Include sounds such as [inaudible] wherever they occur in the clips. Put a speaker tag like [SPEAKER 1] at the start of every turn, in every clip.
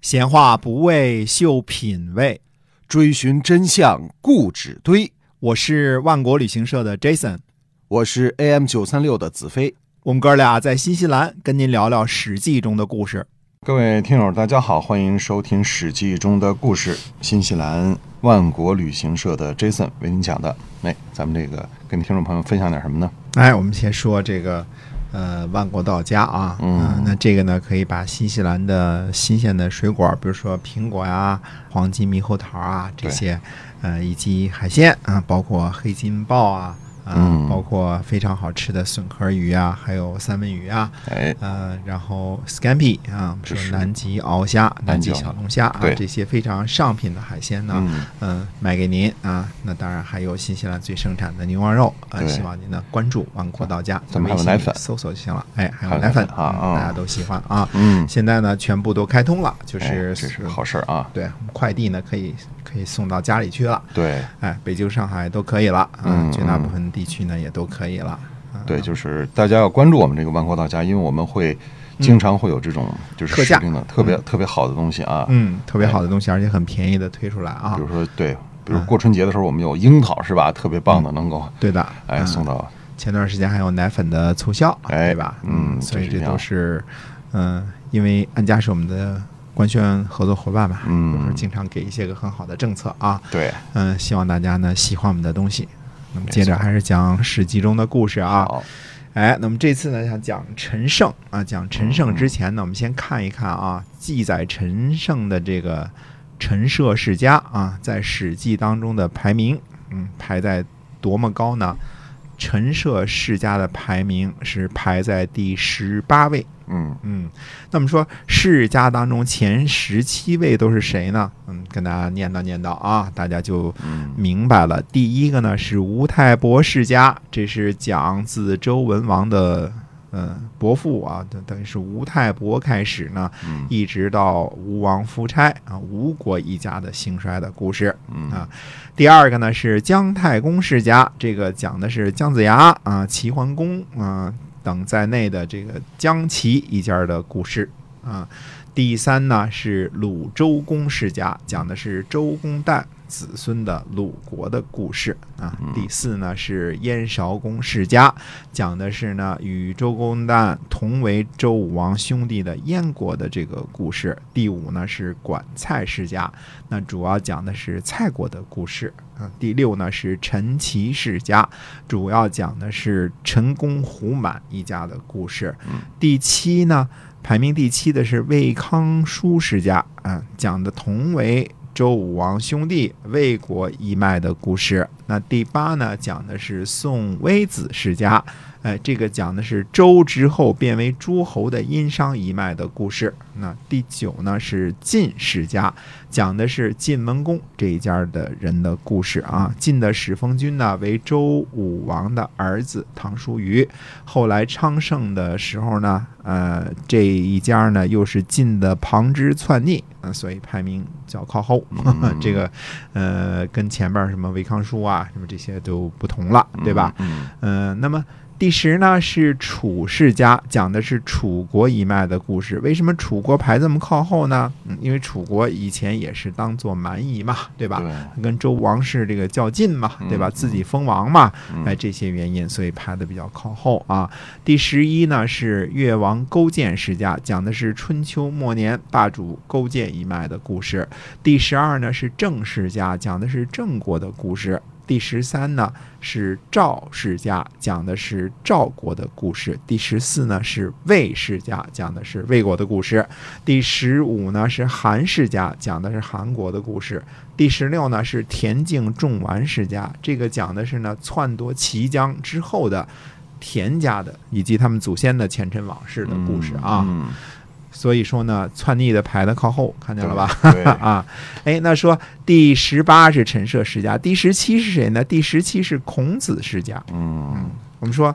[SPEAKER 1] 闲话不为秀品味，
[SPEAKER 2] 追寻真相固执堆。
[SPEAKER 1] 我是万国旅行社的 Jason，
[SPEAKER 2] 我是 AM 九三六的子飞。
[SPEAKER 1] 我们哥俩在新西兰跟您聊聊《史记》中的故事。
[SPEAKER 2] 各位听友，大家好，欢迎收听《史记》中的故事。新西兰万国旅行社的 Jason 为您讲的。哎，咱们这个跟听众朋友分享点什么呢？
[SPEAKER 1] 哎，我们先说这个，呃，万国到家啊，
[SPEAKER 2] 嗯
[SPEAKER 1] 呃那这个呢，可以把新西兰的新鲜的水果，比如说苹果呀、黄金猕猴桃啊这
[SPEAKER 2] 对
[SPEAKER 1] 些，呃，以及海鲜啊，包括黑金鲍啊，啊、
[SPEAKER 2] 嗯
[SPEAKER 1] 包括非常好吃的笋壳鱼啊，还有三文鱼啊，
[SPEAKER 2] 哎，
[SPEAKER 1] 呃，然后 scampi 啊，我们
[SPEAKER 2] 这
[SPEAKER 1] 说
[SPEAKER 2] 是
[SPEAKER 1] 南极鳌虾、南极
[SPEAKER 2] 南极鳌
[SPEAKER 1] 小龙虾啊
[SPEAKER 2] 对，
[SPEAKER 1] 这些非常上品的海鲜呢，
[SPEAKER 2] 嗯，
[SPEAKER 1] 嗯，卖给您啊。那当然还有新西兰最盛产的牛羊肉啊，
[SPEAKER 2] 对
[SPEAKER 1] 希望您呢关注“万国到家”，
[SPEAKER 2] 咱
[SPEAKER 1] 微
[SPEAKER 2] 们还有
[SPEAKER 1] 信
[SPEAKER 2] 奶粉
[SPEAKER 1] 搜索就行了。哎，还
[SPEAKER 2] 还
[SPEAKER 1] 有
[SPEAKER 2] 有
[SPEAKER 1] 奶
[SPEAKER 2] 奶
[SPEAKER 1] 粉
[SPEAKER 2] 粉啊
[SPEAKER 1] 嗯
[SPEAKER 2] 啊
[SPEAKER 1] 大家都喜欢啊。
[SPEAKER 2] 嗯
[SPEAKER 1] 现在呢全部都开通了，就
[SPEAKER 2] 哎
[SPEAKER 1] 是
[SPEAKER 2] 这是好事儿啊。
[SPEAKER 1] 对快递呢可以可以送到家里去了。
[SPEAKER 2] 对
[SPEAKER 1] 哎，北京、上海都可以了啊，
[SPEAKER 2] 嗯
[SPEAKER 1] 绝大部
[SPEAKER 2] 嗯
[SPEAKER 1] 分地区呢也都可以了。啊
[SPEAKER 2] 对，就是大家要关注我们这个万国到家，因为我们会经常会有这种就是
[SPEAKER 1] 特价
[SPEAKER 2] 时令的特别特别好的东西啊。
[SPEAKER 1] 嗯，特别好的东西，而且很便宜的推出来啊
[SPEAKER 2] 比。如说对，比如过春节的时候我们有樱桃是吧？特别棒的，能够
[SPEAKER 1] 对的，
[SPEAKER 2] 哎
[SPEAKER 1] 嗯
[SPEAKER 2] 送到
[SPEAKER 1] 前段时间还有奶粉的促销，对
[SPEAKER 2] 哎
[SPEAKER 1] 吧？
[SPEAKER 2] 嗯
[SPEAKER 1] 所以
[SPEAKER 2] 这是
[SPEAKER 1] 这
[SPEAKER 2] 一样
[SPEAKER 1] 都是，嗯、因为安家是我们的官宣合作伙伴嘛，
[SPEAKER 2] 嗯
[SPEAKER 1] 有时候经常给一些个很好的政策啊，
[SPEAKER 2] 对。
[SPEAKER 1] 嗯、希望大家呢喜欢我们的东西。那么接着
[SPEAKER 2] 没错
[SPEAKER 1] 还是讲《史记》中的故事啊，
[SPEAKER 2] 好，
[SPEAKER 1] 哎，那么这次呢想讲陈胜啊，讲陈胜之前呢，我们先看一看啊，记载陈胜的这个陈涉世家啊，在《史记》当中的排名，嗯，排在多么高呢？陈涉世家的排名是排在第十八位，
[SPEAKER 2] 嗯，
[SPEAKER 1] 嗯，那么说世家当中前十七位都是谁呢？嗯，跟大家念叨念叨啊，大家就
[SPEAKER 2] 嗯
[SPEAKER 1] 明白了。第一个呢是吴太伯世家，这是讲自周文王的呃伯父啊，等等于是吴太伯开始呢，
[SPEAKER 2] 嗯
[SPEAKER 1] 一直到吴王夫差啊，吴国一家的兴衰的故事。
[SPEAKER 2] 嗯
[SPEAKER 1] 啊第二个呢是姜太公世家，这个讲的是姜子牙啊、齐桓公啊等在内的这个姜齐一家的故事啊。第三呢是鲁周公世家，讲的是周公旦子孙的鲁国的故事啊。第四呢是燕韶公世家，讲的是呢与周公旦同为周武王兄弟的燕国的这个故事。第五呢是管蔡世家，那主要讲的是蔡国的故事啊。第六呢是陈齐世家，主要讲的是陈宫胡满一家的故事。第七呢，排名第七的是魏康舒世家啊，讲的同为。周武王兄弟魏国一脉的故事。那第八呢，讲的是宋微子世家，哎，这个讲的是周之后变为诸侯的殷商一脉的故事。那第九呢是晋世家，讲的是晋文公这一家的人的故事啊。晋的始封君呢为周武王的儿子唐叔虞，后来昌盛的时候呢，呃，这一家呢又是晋的旁支篡逆，呃所以排名较靠后。
[SPEAKER 2] 嗯
[SPEAKER 1] 这个呃跟前边儿什么韦康叔啊什么这些都不同了，对吧？？
[SPEAKER 2] 嗯，
[SPEAKER 1] 嗯，那么第十呢是楚世家，讲的是楚国一脉的故事。为什么楚国排这么靠后呢？嗯，因为楚国以前也是当做蛮夷嘛，对吧？
[SPEAKER 2] 对，
[SPEAKER 1] 跟周王室这个较劲嘛，对吧？
[SPEAKER 2] 嗯
[SPEAKER 1] 自己封王嘛，
[SPEAKER 2] 嗯
[SPEAKER 1] 哎，这些原因，所以排的比较靠后啊。第十一呢是越王勾践世家，讲的是春秋末年霸主勾践一脉的故事。第十二呢是郑世家，讲的是郑国的故事。第十三呢是赵世家，讲的是赵国的故事；第十四呢是魏世家，讲的是魏国的故事；第十五呢是韩世家，讲的是韩国的故事；第十六呢是田径仲完世家，这个讲的是呢篡夺齐江之后的田家的以及他们祖先的前尘往事的故事啊。
[SPEAKER 2] 嗯，
[SPEAKER 1] 所以说呢，篡逆的排的靠后，看见了吧？
[SPEAKER 2] 对？对，
[SPEAKER 1] 啊，哎，那说第十八是陈涉世家，第十七是谁呢？第十七是孔子世家。
[SPEAKER 2] 嗯，
[SPEAKER 1] 我们说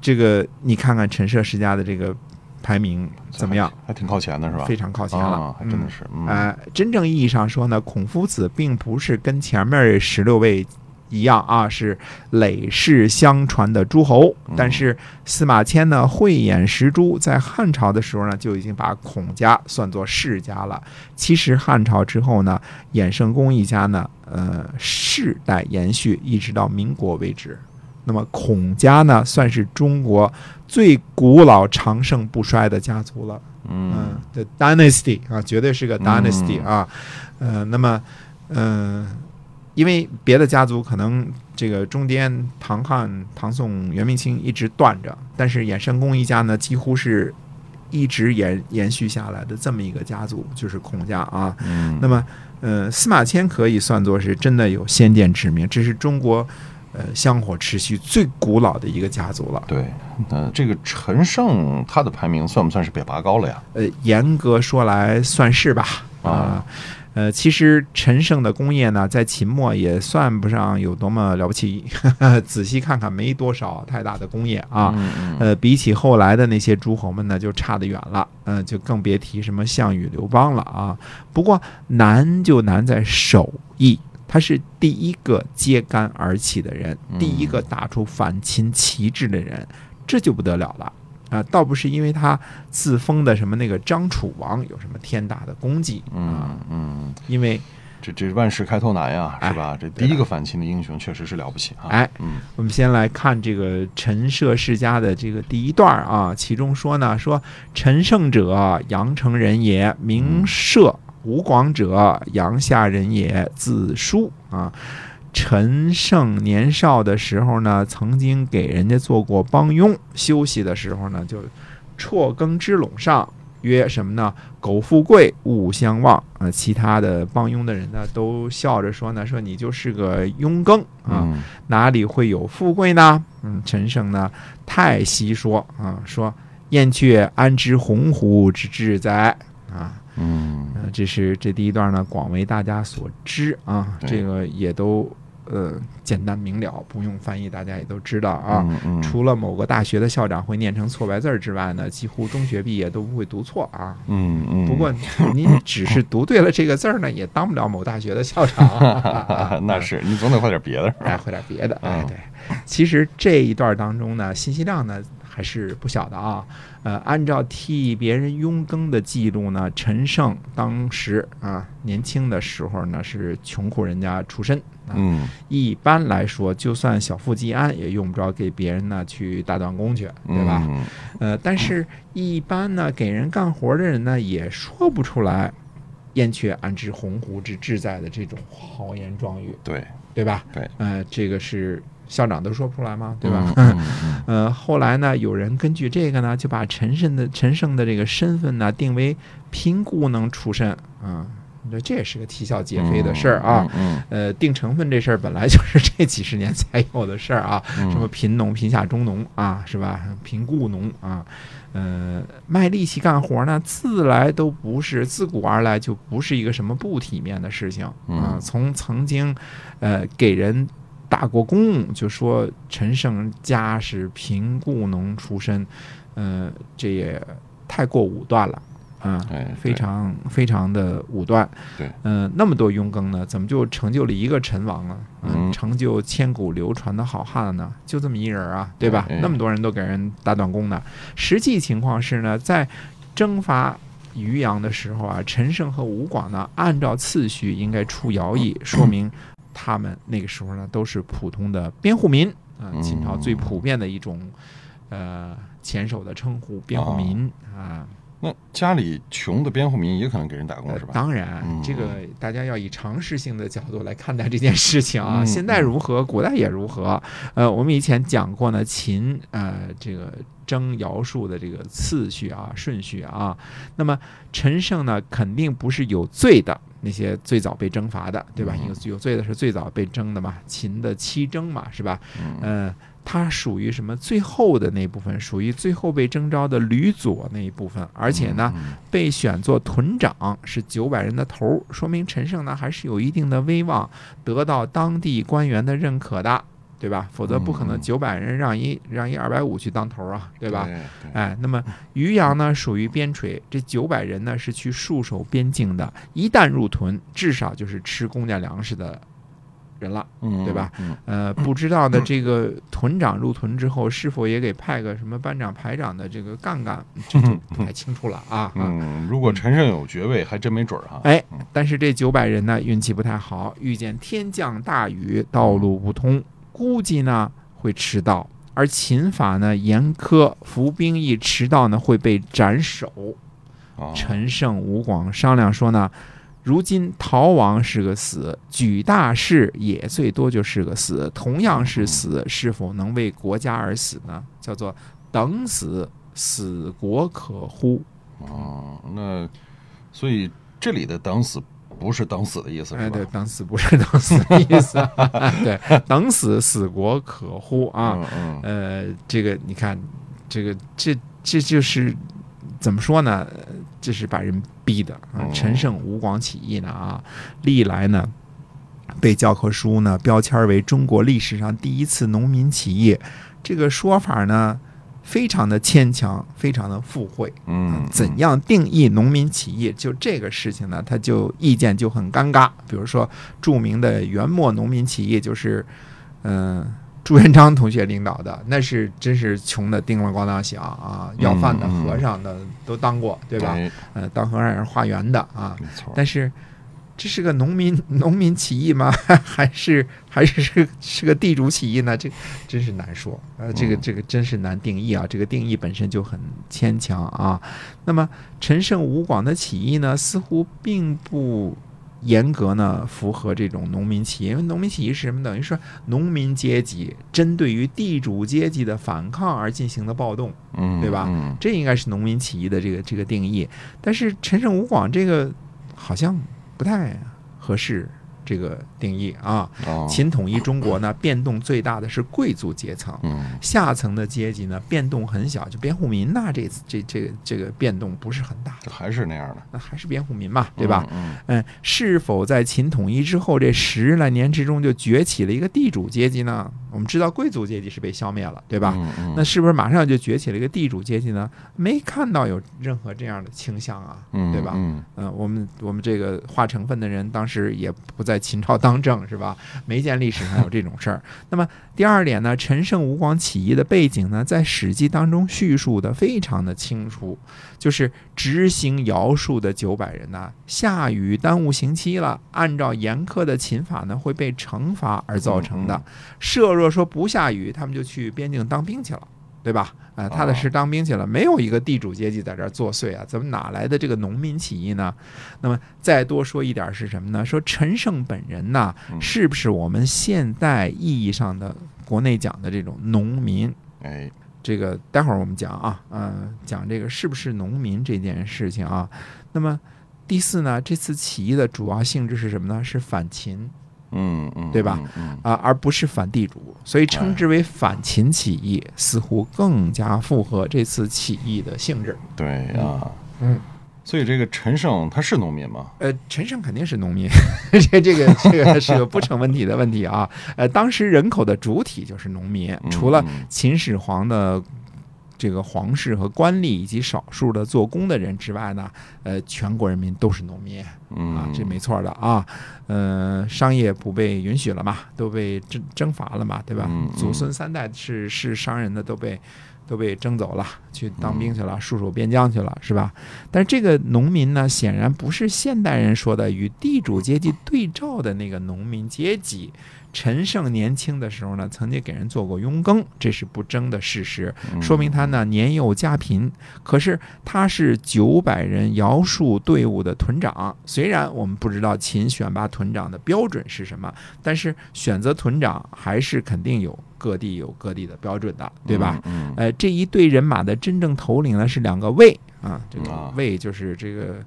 [SPEAKER 1] 这个，你看看陈涉世家的这个排名怎么样？
[SPEAKER 2] 还挺靠前的是吧？
[SPEAKER 1] 非常靠前
[SPEAKER 2] 啊
[SPEAKER 1] 了，，
[SPEAKER 2] 还真的
[SPEAKER 1] 嗯
[SPEAKER 2] 是，嗯
[SPEAKER 1] 呃，真正意义上说呢，孔夫子并不是跟前面这十六位一样啊，是累世相传的诸侯。但是司马迁呢，慧眼识珠，在汉朝的时候呢，就已经把孔家算作世家了。其实汉朝之后呢，衍圣公一家呢，呃，世代延续，一直到民国为止。那么孔家呢，算是中国最古老、长盛不衰的家族了。
[SPEAKER 2] 嗯
[SPEAKER 1] 嗯，the dynasty 啊，绝对是个 dynasty 啊，呃，那么，嗯、因为别的家族可能这个中间唐汉、唐宋、元明清一直断着，但是衍圣公一家呢，几乎是一直延延续下来的这么一个家族，就是孔家啊。
[SPEAKER 2] 嗯，
[SPEAKER 1] 那么，呃，司马迁可以算作是真的有先见之明，这是中国呃香火持续最古老的一个家族了。
[SPEAKER 2] 对，那这个陈胜他的排名算不算是被拔高了呀？
[SPEAKER 1] 呃，严格说来算是吧，
[SPEAKER 2] 啊
[SPEAKER 1] 啊、呃，其实陈胜的功业呢，在秦末也算不上有多么了不起， [laughs] 仔细看看没多少太大的功业啊。
[SPEAKER 2] 嗯，
[SPEAKER 1] 呃，比起后来的那些诸侯们呢，就差得远了，嗯、就更别提什么项羽、刘邦了啊。不过难就难在手艺，他是第一个揭竿而起的人，第一个打出反秦旗帜的人，这就不得了了啊、倒不是因为他自封的什么那个张楚王有什么天大的功绩啊，
[SPEAKER 2] 嗯嗯，
[SPEAKER 1] 因为
[SPEAKER 2] 这这万事开头难呀，
[SPEAKER 1] 哎
[SPEAKER 2] 是吧？这第一个反秦的英雄确实是了不起啊。
[SPEAKER 1] 哎，
[SPEAKER 2] 嗯
[SPEAKER 1] 我们先来看这个陈涉世家的这个第一段儿啊，其中说呢，说陈胜者，阳城人也，名涉；吴广者，阳夏人也，字叔啊。陈胜年少的时候呢，曾经给人家做过帮佣，休息的时候呢，就辍耕之垄上，曰什么呢？苟富贵，勿相忘啊、其他的帮佣的人呢，都笑着说呢，说你就是个佣耕啊。
[SPEAKER 2] 嗯
[SPEAKER 1] 哪里会有富贵呢？嗯，陈胜呢太奚说啊，说燕雀安知鸿鹄之志哉啊？
[SPEAKER 2] 嗯
[SPEAKER 1] 呃，这是这第一段呢，广为大家所知啊，
[SPEAKER 2] 对
[SPEAKER 1] 这个也都呃简单明了，不用翻译，大家也都知道啊。
[SPEAKER 2] 嗯嗯，
[SPEAKER 1] 除了某个大学的校长会念成错白字儿之外呢，几乎中学毕业都不会读错啊。
[SPEAKER 2] 嗯嗯，。
[SPEAKER 1] 不过你只是读对了这个字儿呢，也当不了某大学的校长
[SPEAKER 2] [laughs] 那是你总得会点别的，是
[SPEAKER 1] 哎，
[SPEAKER 2] 吧？
[SPEAKER 1] 会点别的，
[SPEAKER 2] 嗯
[SPEAKER 1] 哎，对，其实这一段当中呢，信息量呢还是不小的啊。呃，按照替别人佣耕的记录呢，陈胜当时啊年轻的时候呢是穷苦人家出身啊，
[SPEAKER 2] 嗯
[SPEAKER 1] 一般来说，就算小富即安，也用不着给别人呢去打断工去，对吧？
[SPEAKER 2] 嗯
[SPEAKER 1] 呃，但是一般呢，给人干活的人呢，也说不出来“燕雀安知鸿鹄之志在”的这种豪言壮语。
[SPEAKER 2] 对，
[SPEAKER 1] 对吧？
[SPEAKER 2] 对，
[SPEAKER 1] 呃，这个是校长都说不出来吗？对吧？
[SPEAKER 2] 嗯嗯
[SPEAKER 1] 呃，后来呢，有人根据这个呢，就把陈胜的陈胜的这个身份呢，定为贫姑能出身啊。你说这也是个啼笑皆非的事儿啊。，
[SPEAKER 2] 嗯
[SPEAKER 1] 呃，定成分这事儿本来就是这几十年才有的事儿啊，
[SPEAKER 2] 嗯，
[SPEAKER 1] 什么贫农、贫下中农啊，是吧？贫雇农啊，呃，卖力气干活呢，自来都不是，自古而来就不是一个什么不体面的事情啊
[SPEAKER 2] 嗯。
[SPEAKER 1] 从曾经，呃，给人打过工，就说陈胜家是贫雇农出身，呃，这也太过武断了啊。
[SPEAKER 2] 哎，
[SPEAKER 1] 非常非常的武断。
[SPEAKER 2] 对，
[SPEAKER 1] 嗯、那么多佣耕呢，怎么就成就了一个陈王了？
[SPEAKER 2] 嗯
[SPEAKER 1] 成就千古流传的好汉呢？就这么一人啊，对吧？
[SPEAKER 2] 嗯
[SPEAKER 1] 那么多人都给人打短工呢。实际情况是呢，在征伐。渔阳的时候啊，陈胜和吴广呢，按照次序应该出徭
[SPEAKER 2] 嗯
[SPEAKER 1] 役，说明他们那个时候呢都是普通的边户民啊、
[SPEAKER 2] 嗯
[SPEAKER 1] 秦朝最普遍的一种呃前手的称呼，边户民
[SPEAKER 2] 哦
[SPEAKER 1] 啊。
[SPEAKER 2] 那家里穷的边户民也可能给人打工
[SPEAKER 1] 呃
[SPEAKER 2] 是吧？
[SPEAKER 1] 当然
[SPEAKER 2] 嗯，
[SPEAKER 1] 这个大家要以常识性的角度来看待这件事情啊。
[SPEAKER 2] 嗯
[SPEAKER 1] 现在如何，古代也如何。呃，我们以前讲过呢，秦呃这个征徭戍的这个次序啊、顺序啊。那么陈胜呢，肯定不是有罪的。那些最早被征伐的，对吧？
[SPEAKER 2] 嗯
[SPEAKER 1] 有有罪的是最早被征的嘛，秦的七征嘛，是吧？
[SPEAKER 2] 嗯
[SPEAKER 1] 嗯，他属于什么？最后的那部分，属于最后被征召的吕左那一部分，而且呢，被选作屯长，是九百人的头儿，说明陈胜呢还是有一定的威望，得到当地官员的认可的，对吧？否则不可
[SPEAKER 2] 嗯
[SPEAKER 1] 能
[SPEAKER 2] 嗯
[SPEAKER 1] 九百人让一让一二百五去当头儿啊，对
[SPEAKER 2] 对
[SPEAKER 1] 吧？？
[SPEAKER 2] 对
[SPEAKER 1] 哎，那么渔阳呢属于边陲，这九百人呢是去戍守边境的，一旦入屯，至少就是吃公家粮食的人了。
[SPEAKER 2] 嗯，
[SPEAKER 1] 对吧
[SPEAKER 2] 嗯？
[SPEAKER 1] 呃，不知道的这个屯长入屯之后，是否也给派个什么班长、排长的这个杠杠，这就不太清楚了啊。啊
[SPEAKER 2] 嗯，如果陈胜有爵位，还真没准儿哈。
[SPEAKER 1] 哎，但是这九百人呢，运气不太好，遇见天降大雨，道路不通，估计呢会迟到。而秦法呢严苛，服兵役迟到呢会被斩首。
[SPEAKER 2] 啊，
[SPEAKER 1] 陈胜、吴广商量说呢，如今逃亡是个死，举大事也最多就是个死，同样是死，是否能为国家而死呢？叫做等死，死国可乎？
[SPEAKER 2] 哦，那所以这里的等死不是等死的意思
[SPEAKER 1] 哎，
[SPEAKER 2] 是吧
[SPEAKER 1] 对，？等死不是等死的意思，啊
[SPEAKER 2] [laughs]
[SPEAKER 1] 对，等死，死国可乎啊？
[SPEAKER 2] 嗯嗯
[SPEAKER 1] 呃，这个你看，这个这这就是怎么说呢？呃这是把人逼的啊！
[SPEAKER 2] 哦
[SPEAKER 1] 陈胜吴广起义呢啊，历来呢被教科书呢标签为中国历史上第一次农民起义，这个说法呢非常的牵强，非常的附会。
[SPEAKER 2] 嗯，
[SPEAKER 1] 啊怎样定义农民起义？就这个事情呢，他就意见就很尴尬。比如说，著名的元末农民起义，就是，嗯、朱元璋同学领导的，那是真是穷的叮了咣当响啊，要饭的、
[SPEAKER 2] 嗯嗯
[SPEAKER 1] 和尚的都当过，对吧？
[SPEAKER 2] 哎
[SPEAKER 1] 呃，当和尚也是化缘的啊。
[SPEAKER 2] 没错。
[SPEAKER 1] 但是，这是个农民农民起义吗？ [laughs] 还是还是是是个地主起义呢？这真是难说。呃，这个
[SPEAKER 2] 嗯
[SPEAKER 1] 这个真是难定义啊！这个定义本身就很牵强啊。那么陈胜吴广的起义呢，似乎并不。严格呢符合这种农民起义，因为农民起义是什么？等于说农民阶级针对于地主阶级的反抗而进行的暴动。
[SPEAKER 2] 嗯，
[SPEAKER 1] 对吧
[SPEAKER 2] 嗯，
[SPEAKER 1] 这应该是农民起义的这个这个定义。但是陈胜吴广这个好像不太合适这个定义啊。
[SPEAKER 2] 哦，
[SPEAKER 1] 秦统一中国呢，变动最大的是贵族阶层，
[SPEAKER 2] 嗯
[SPEAKER 1] 下层的阶级呢变动很小，就边户民呐，这这这个这个变动不是很大，
[SPEAKER 2] 这还是那样的，
[SPEAKER 1] 那还是边户民嘛，对吧？
[SPEAKER 2] 嗯？
[SPEAKER 1] 嗯，是否在秦统一之后这十来年之中就崛起了一个地主阶级呢？我们知道贵族阶级是被消灭了，对
[SPEAKER 2] 对
[SPEAKER 1] 吧？？
[SPEAKER 2] 嗯嗯
[SPEAKER 1] 那是不是马上就崛起了一个地主阶级呢？没看到有任何这样的倾向啊，
[SPEAKER 2] 嗯
[SPEAKER 1] 对吧？
[SPEAKER 2] 嗯，
[SPEAKER 1] 嗯、我们我们这个划成分的人当时也不在秦朝当政，是吧？没见历史上有这种事儿。那么第二点呢，陈胜吴广起义的背景呢，在《史记》当中叙述的非常的清楚，就是执行徭戍的九百人呐、下雨耽误刑期了，按照严苛的秦法呢，会被惩罚而造成的
[SPEAKER 2] 嗯。
[SPEAKER 1] 设若说不下雨，他们就去边境当兵去了，对吧？呃，踏踏实实当兵去了，没有一个地主阶级在这儿作祟啊，怎么哪来的这个农民起义呢？那么再多说一点是什么呢？说陈胜本人呐，
[SPEAKER 2] 嗯
[SPEAKER 1] 是不是我们现代意义上的国内讲的这种农民？
[SPEAKER 2] 哎，
[SPEAKER 1] 这个待会儿我们讲啊，呃，讲这个是不是农民这件事情啊。那么第四呢，这次起义的主要性质是什么呢？是反秦。
[SPEAKER 2] 嗯嗯，
[SPEAKER 1] 对吧
[SPEAKER 2] 嗯？嗯，
[SPEAKER 1] 啊，而不是反地主，所以称
[SPEAKER 2] 哎
[SPEAKER 1] 之为反秦起义，似乎更加符合这次起义的性质。
[SPEAKER 2] 对啊，
[SPEAKER 1] 嗯，
[SPEAKER 2] 所以这个陈胜他是农民吗？
[SPEAKER 1] 呃，陈胜肯定是农民， [laughs] 这这个这个是个不成问题的问题啊。呃，当时人口的主体就是农民，
[SPEAKER 2] 嗯
[SPEAKER 1] 除了
[SPEAKER 2] 嗯
[SPEAKER 1] 秦始皇的这个皇室和官吏以及少数的做工的人之外呢，呃，全国人民都是农民。
[SPEAKER 2] 嗯
[SPEAKER 1] 啊，这没错的啊。呃，商业不被允许了嘛，都被征征伐了嘛，对吧？
[SPEAKER 2] 嗯嗯
[SPEAKER 1] 祖孙三代是是商人的都被都被征走了，去当
[SPEAKER 2] 嗯
[SPEAKER 1] 兵去了，戍守边疆去了，是吧？但这个农民呢，显然不是现代人说的与地主阶级对照的那个农民阶级。陈胜年轻的时候呢，曾经给人做过佣耕，这是不争的事实。
[SPEAKER 2] 嗯
[SPEAKER 1] 说明他呢年幼家贫，可是他是九百人徭戍队伍的屯长。虽然我们不知道秦选拔屯长的标准是什么，但是选择屯长还是肯定有各地有各地的标准的，对吧？？
[SPEAKER 2] 嗯，嗯
[SPEAKER 1] 呃，这一队人马的真正头领呢是两个卫啊，这
[SPEAKER 2] 嗯
[SPEAKER 1] 个
[SPEAKER 2] 啊
[SPEAKER 1] 卫就是这个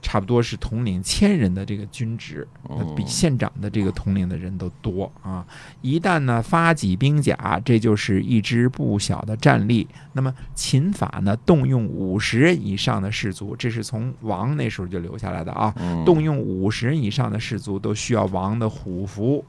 [SPEAKER 1] 差不多是统领千人的这个军职，那比
[SPEAKER 2] 哦
[SPEAKER 1] 县长的这个统领的人都多啊。一旦呢发起兵甲，这就是一支不小的战力。那么秦法呢动用五十人以上的士卒，这是从王那时候就留下来的啊。
[SPEAKER 2] 嗯
[SPEAKER 1] 动用五十人以上的士卒都需要王的虎符。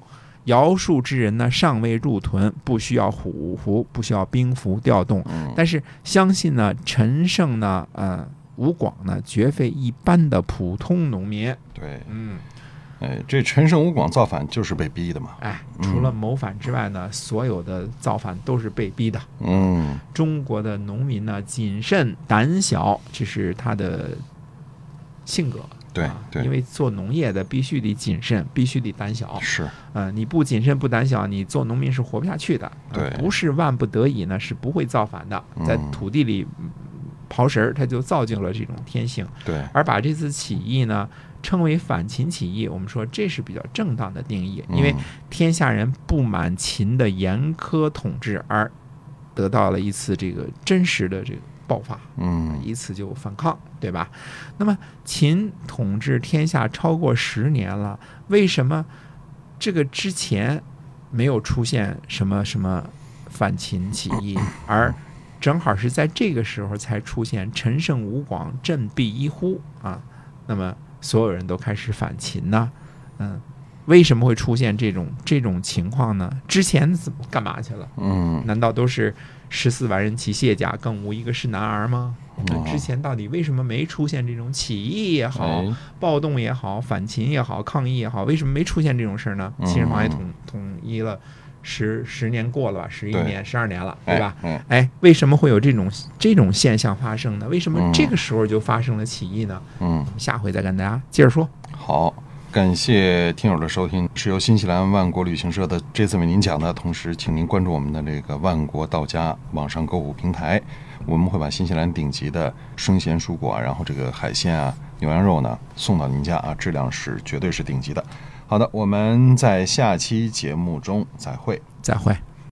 [SPEAKER 1] 徭戍之人呢，尚未入屯，不需要虎符，不需要兵符调动。
[SPEAKER 2] 嗯
[SPEAKER 1] 但是相信呢，陈胜呢，呃，吴广呢，绝非一般的普通农民。
[SPEAKER 2] 对，
[SPEAKER 1] 嗯，
[SPEAKER 2] 哎，这陈胜吴广造反就是被逼的嘛。
[SPEAKER 1] 哎，除了谋反之外呢，所有的造反都是被逼的。
[SPEAKER 2] 嗯
[SPEAKER 1] 中国的农民呢，谨慎胆小，这是他的性格。
[SPEAKER 2] 对
[SPEAKER 1] 啊
[SPEAKER 2] 对
[SPEAKER 1] 因为做农业的必须得谨慎，必须得胆小。
[SPEAKER 2] 是，
[SPEAKER 1] 呃，你不谨慎不胆小，你做农民是活不下去的。
[SPEAKER 2] 对
[SPEAKER 1] 呃不是万不得已呢，是不会造反的
[SPEAKER 2] 嗯。
[SPEAKER 1] 在土地里嗯刨食儿，他就造就了这种天性。
[SPEAKER 2] 对，
[SPEAKER 1] 而把这次起义呢称为反秦起义，我们说这是比较正当的定义，因为
[SPEAKER 2] 嗯
[SPEAKER 1] 天下人不满秦的严苛统治，而得到了一次这个真实的这个爆发，
[SPEAKER 2] 嗯
[SPEAKER 1] 以此就反抗，对吧？那么秦统治天下超过十年了，为什么这个之前没有出现什么什么反秦起义，而正好是在这个时候才出现陈胜吴广振臂一呼啊？那么所有人都开始反秦呢？嗯，为什么会出现这种这种情况呢？之前怎么干嘛去了？
[SPEAKER 2] 嗯
[SPEAKER 1] 难道都是十四万人骑卸甲，更无一个是男儿吗？那
[SPEAKER 2] 哦
[SPEAKER 1] 之前到底为什么没出现这种起义也好、
[SPEAKER 2] 哎
[SPEAKER 1] 暴动也好、反秦也好、抗议也好，为什么没出现这种事儿呢？
[SPEAKER 2] 嗯
[SPEAKER 1] 秦始皇也统统一了十十年过了吧，十一
[SPEAKER 2] 对
[SPEAKER 1] 年、十二年了，对吧？？
[SPEAKER 2] 哎
[SPEAKER 1] 哎，为什么会有这种这种现象发生呢？为什么
[SPEAKER 2] 嗯
[SPEAKER 1] 这个时候就发生了起义呢？
[SPEAKER 2] 嗯，
[SPEAKER 1] 下回再跟大家接着说。
[SPEAKER 2] 好，感谢听友的收听，是由新西兰万国旅行社的这次为您讲的。同时，请您关注我们的这个万国到家网上购物平台，我们会把新西兰顶级的生鲜蔬果啊，然后这个海鲜啊、牛羊肉呢送到您家啊，质量是绝对是顶级的。好的，我们在下期节目中再会。
[SPEAKER 1] 再会。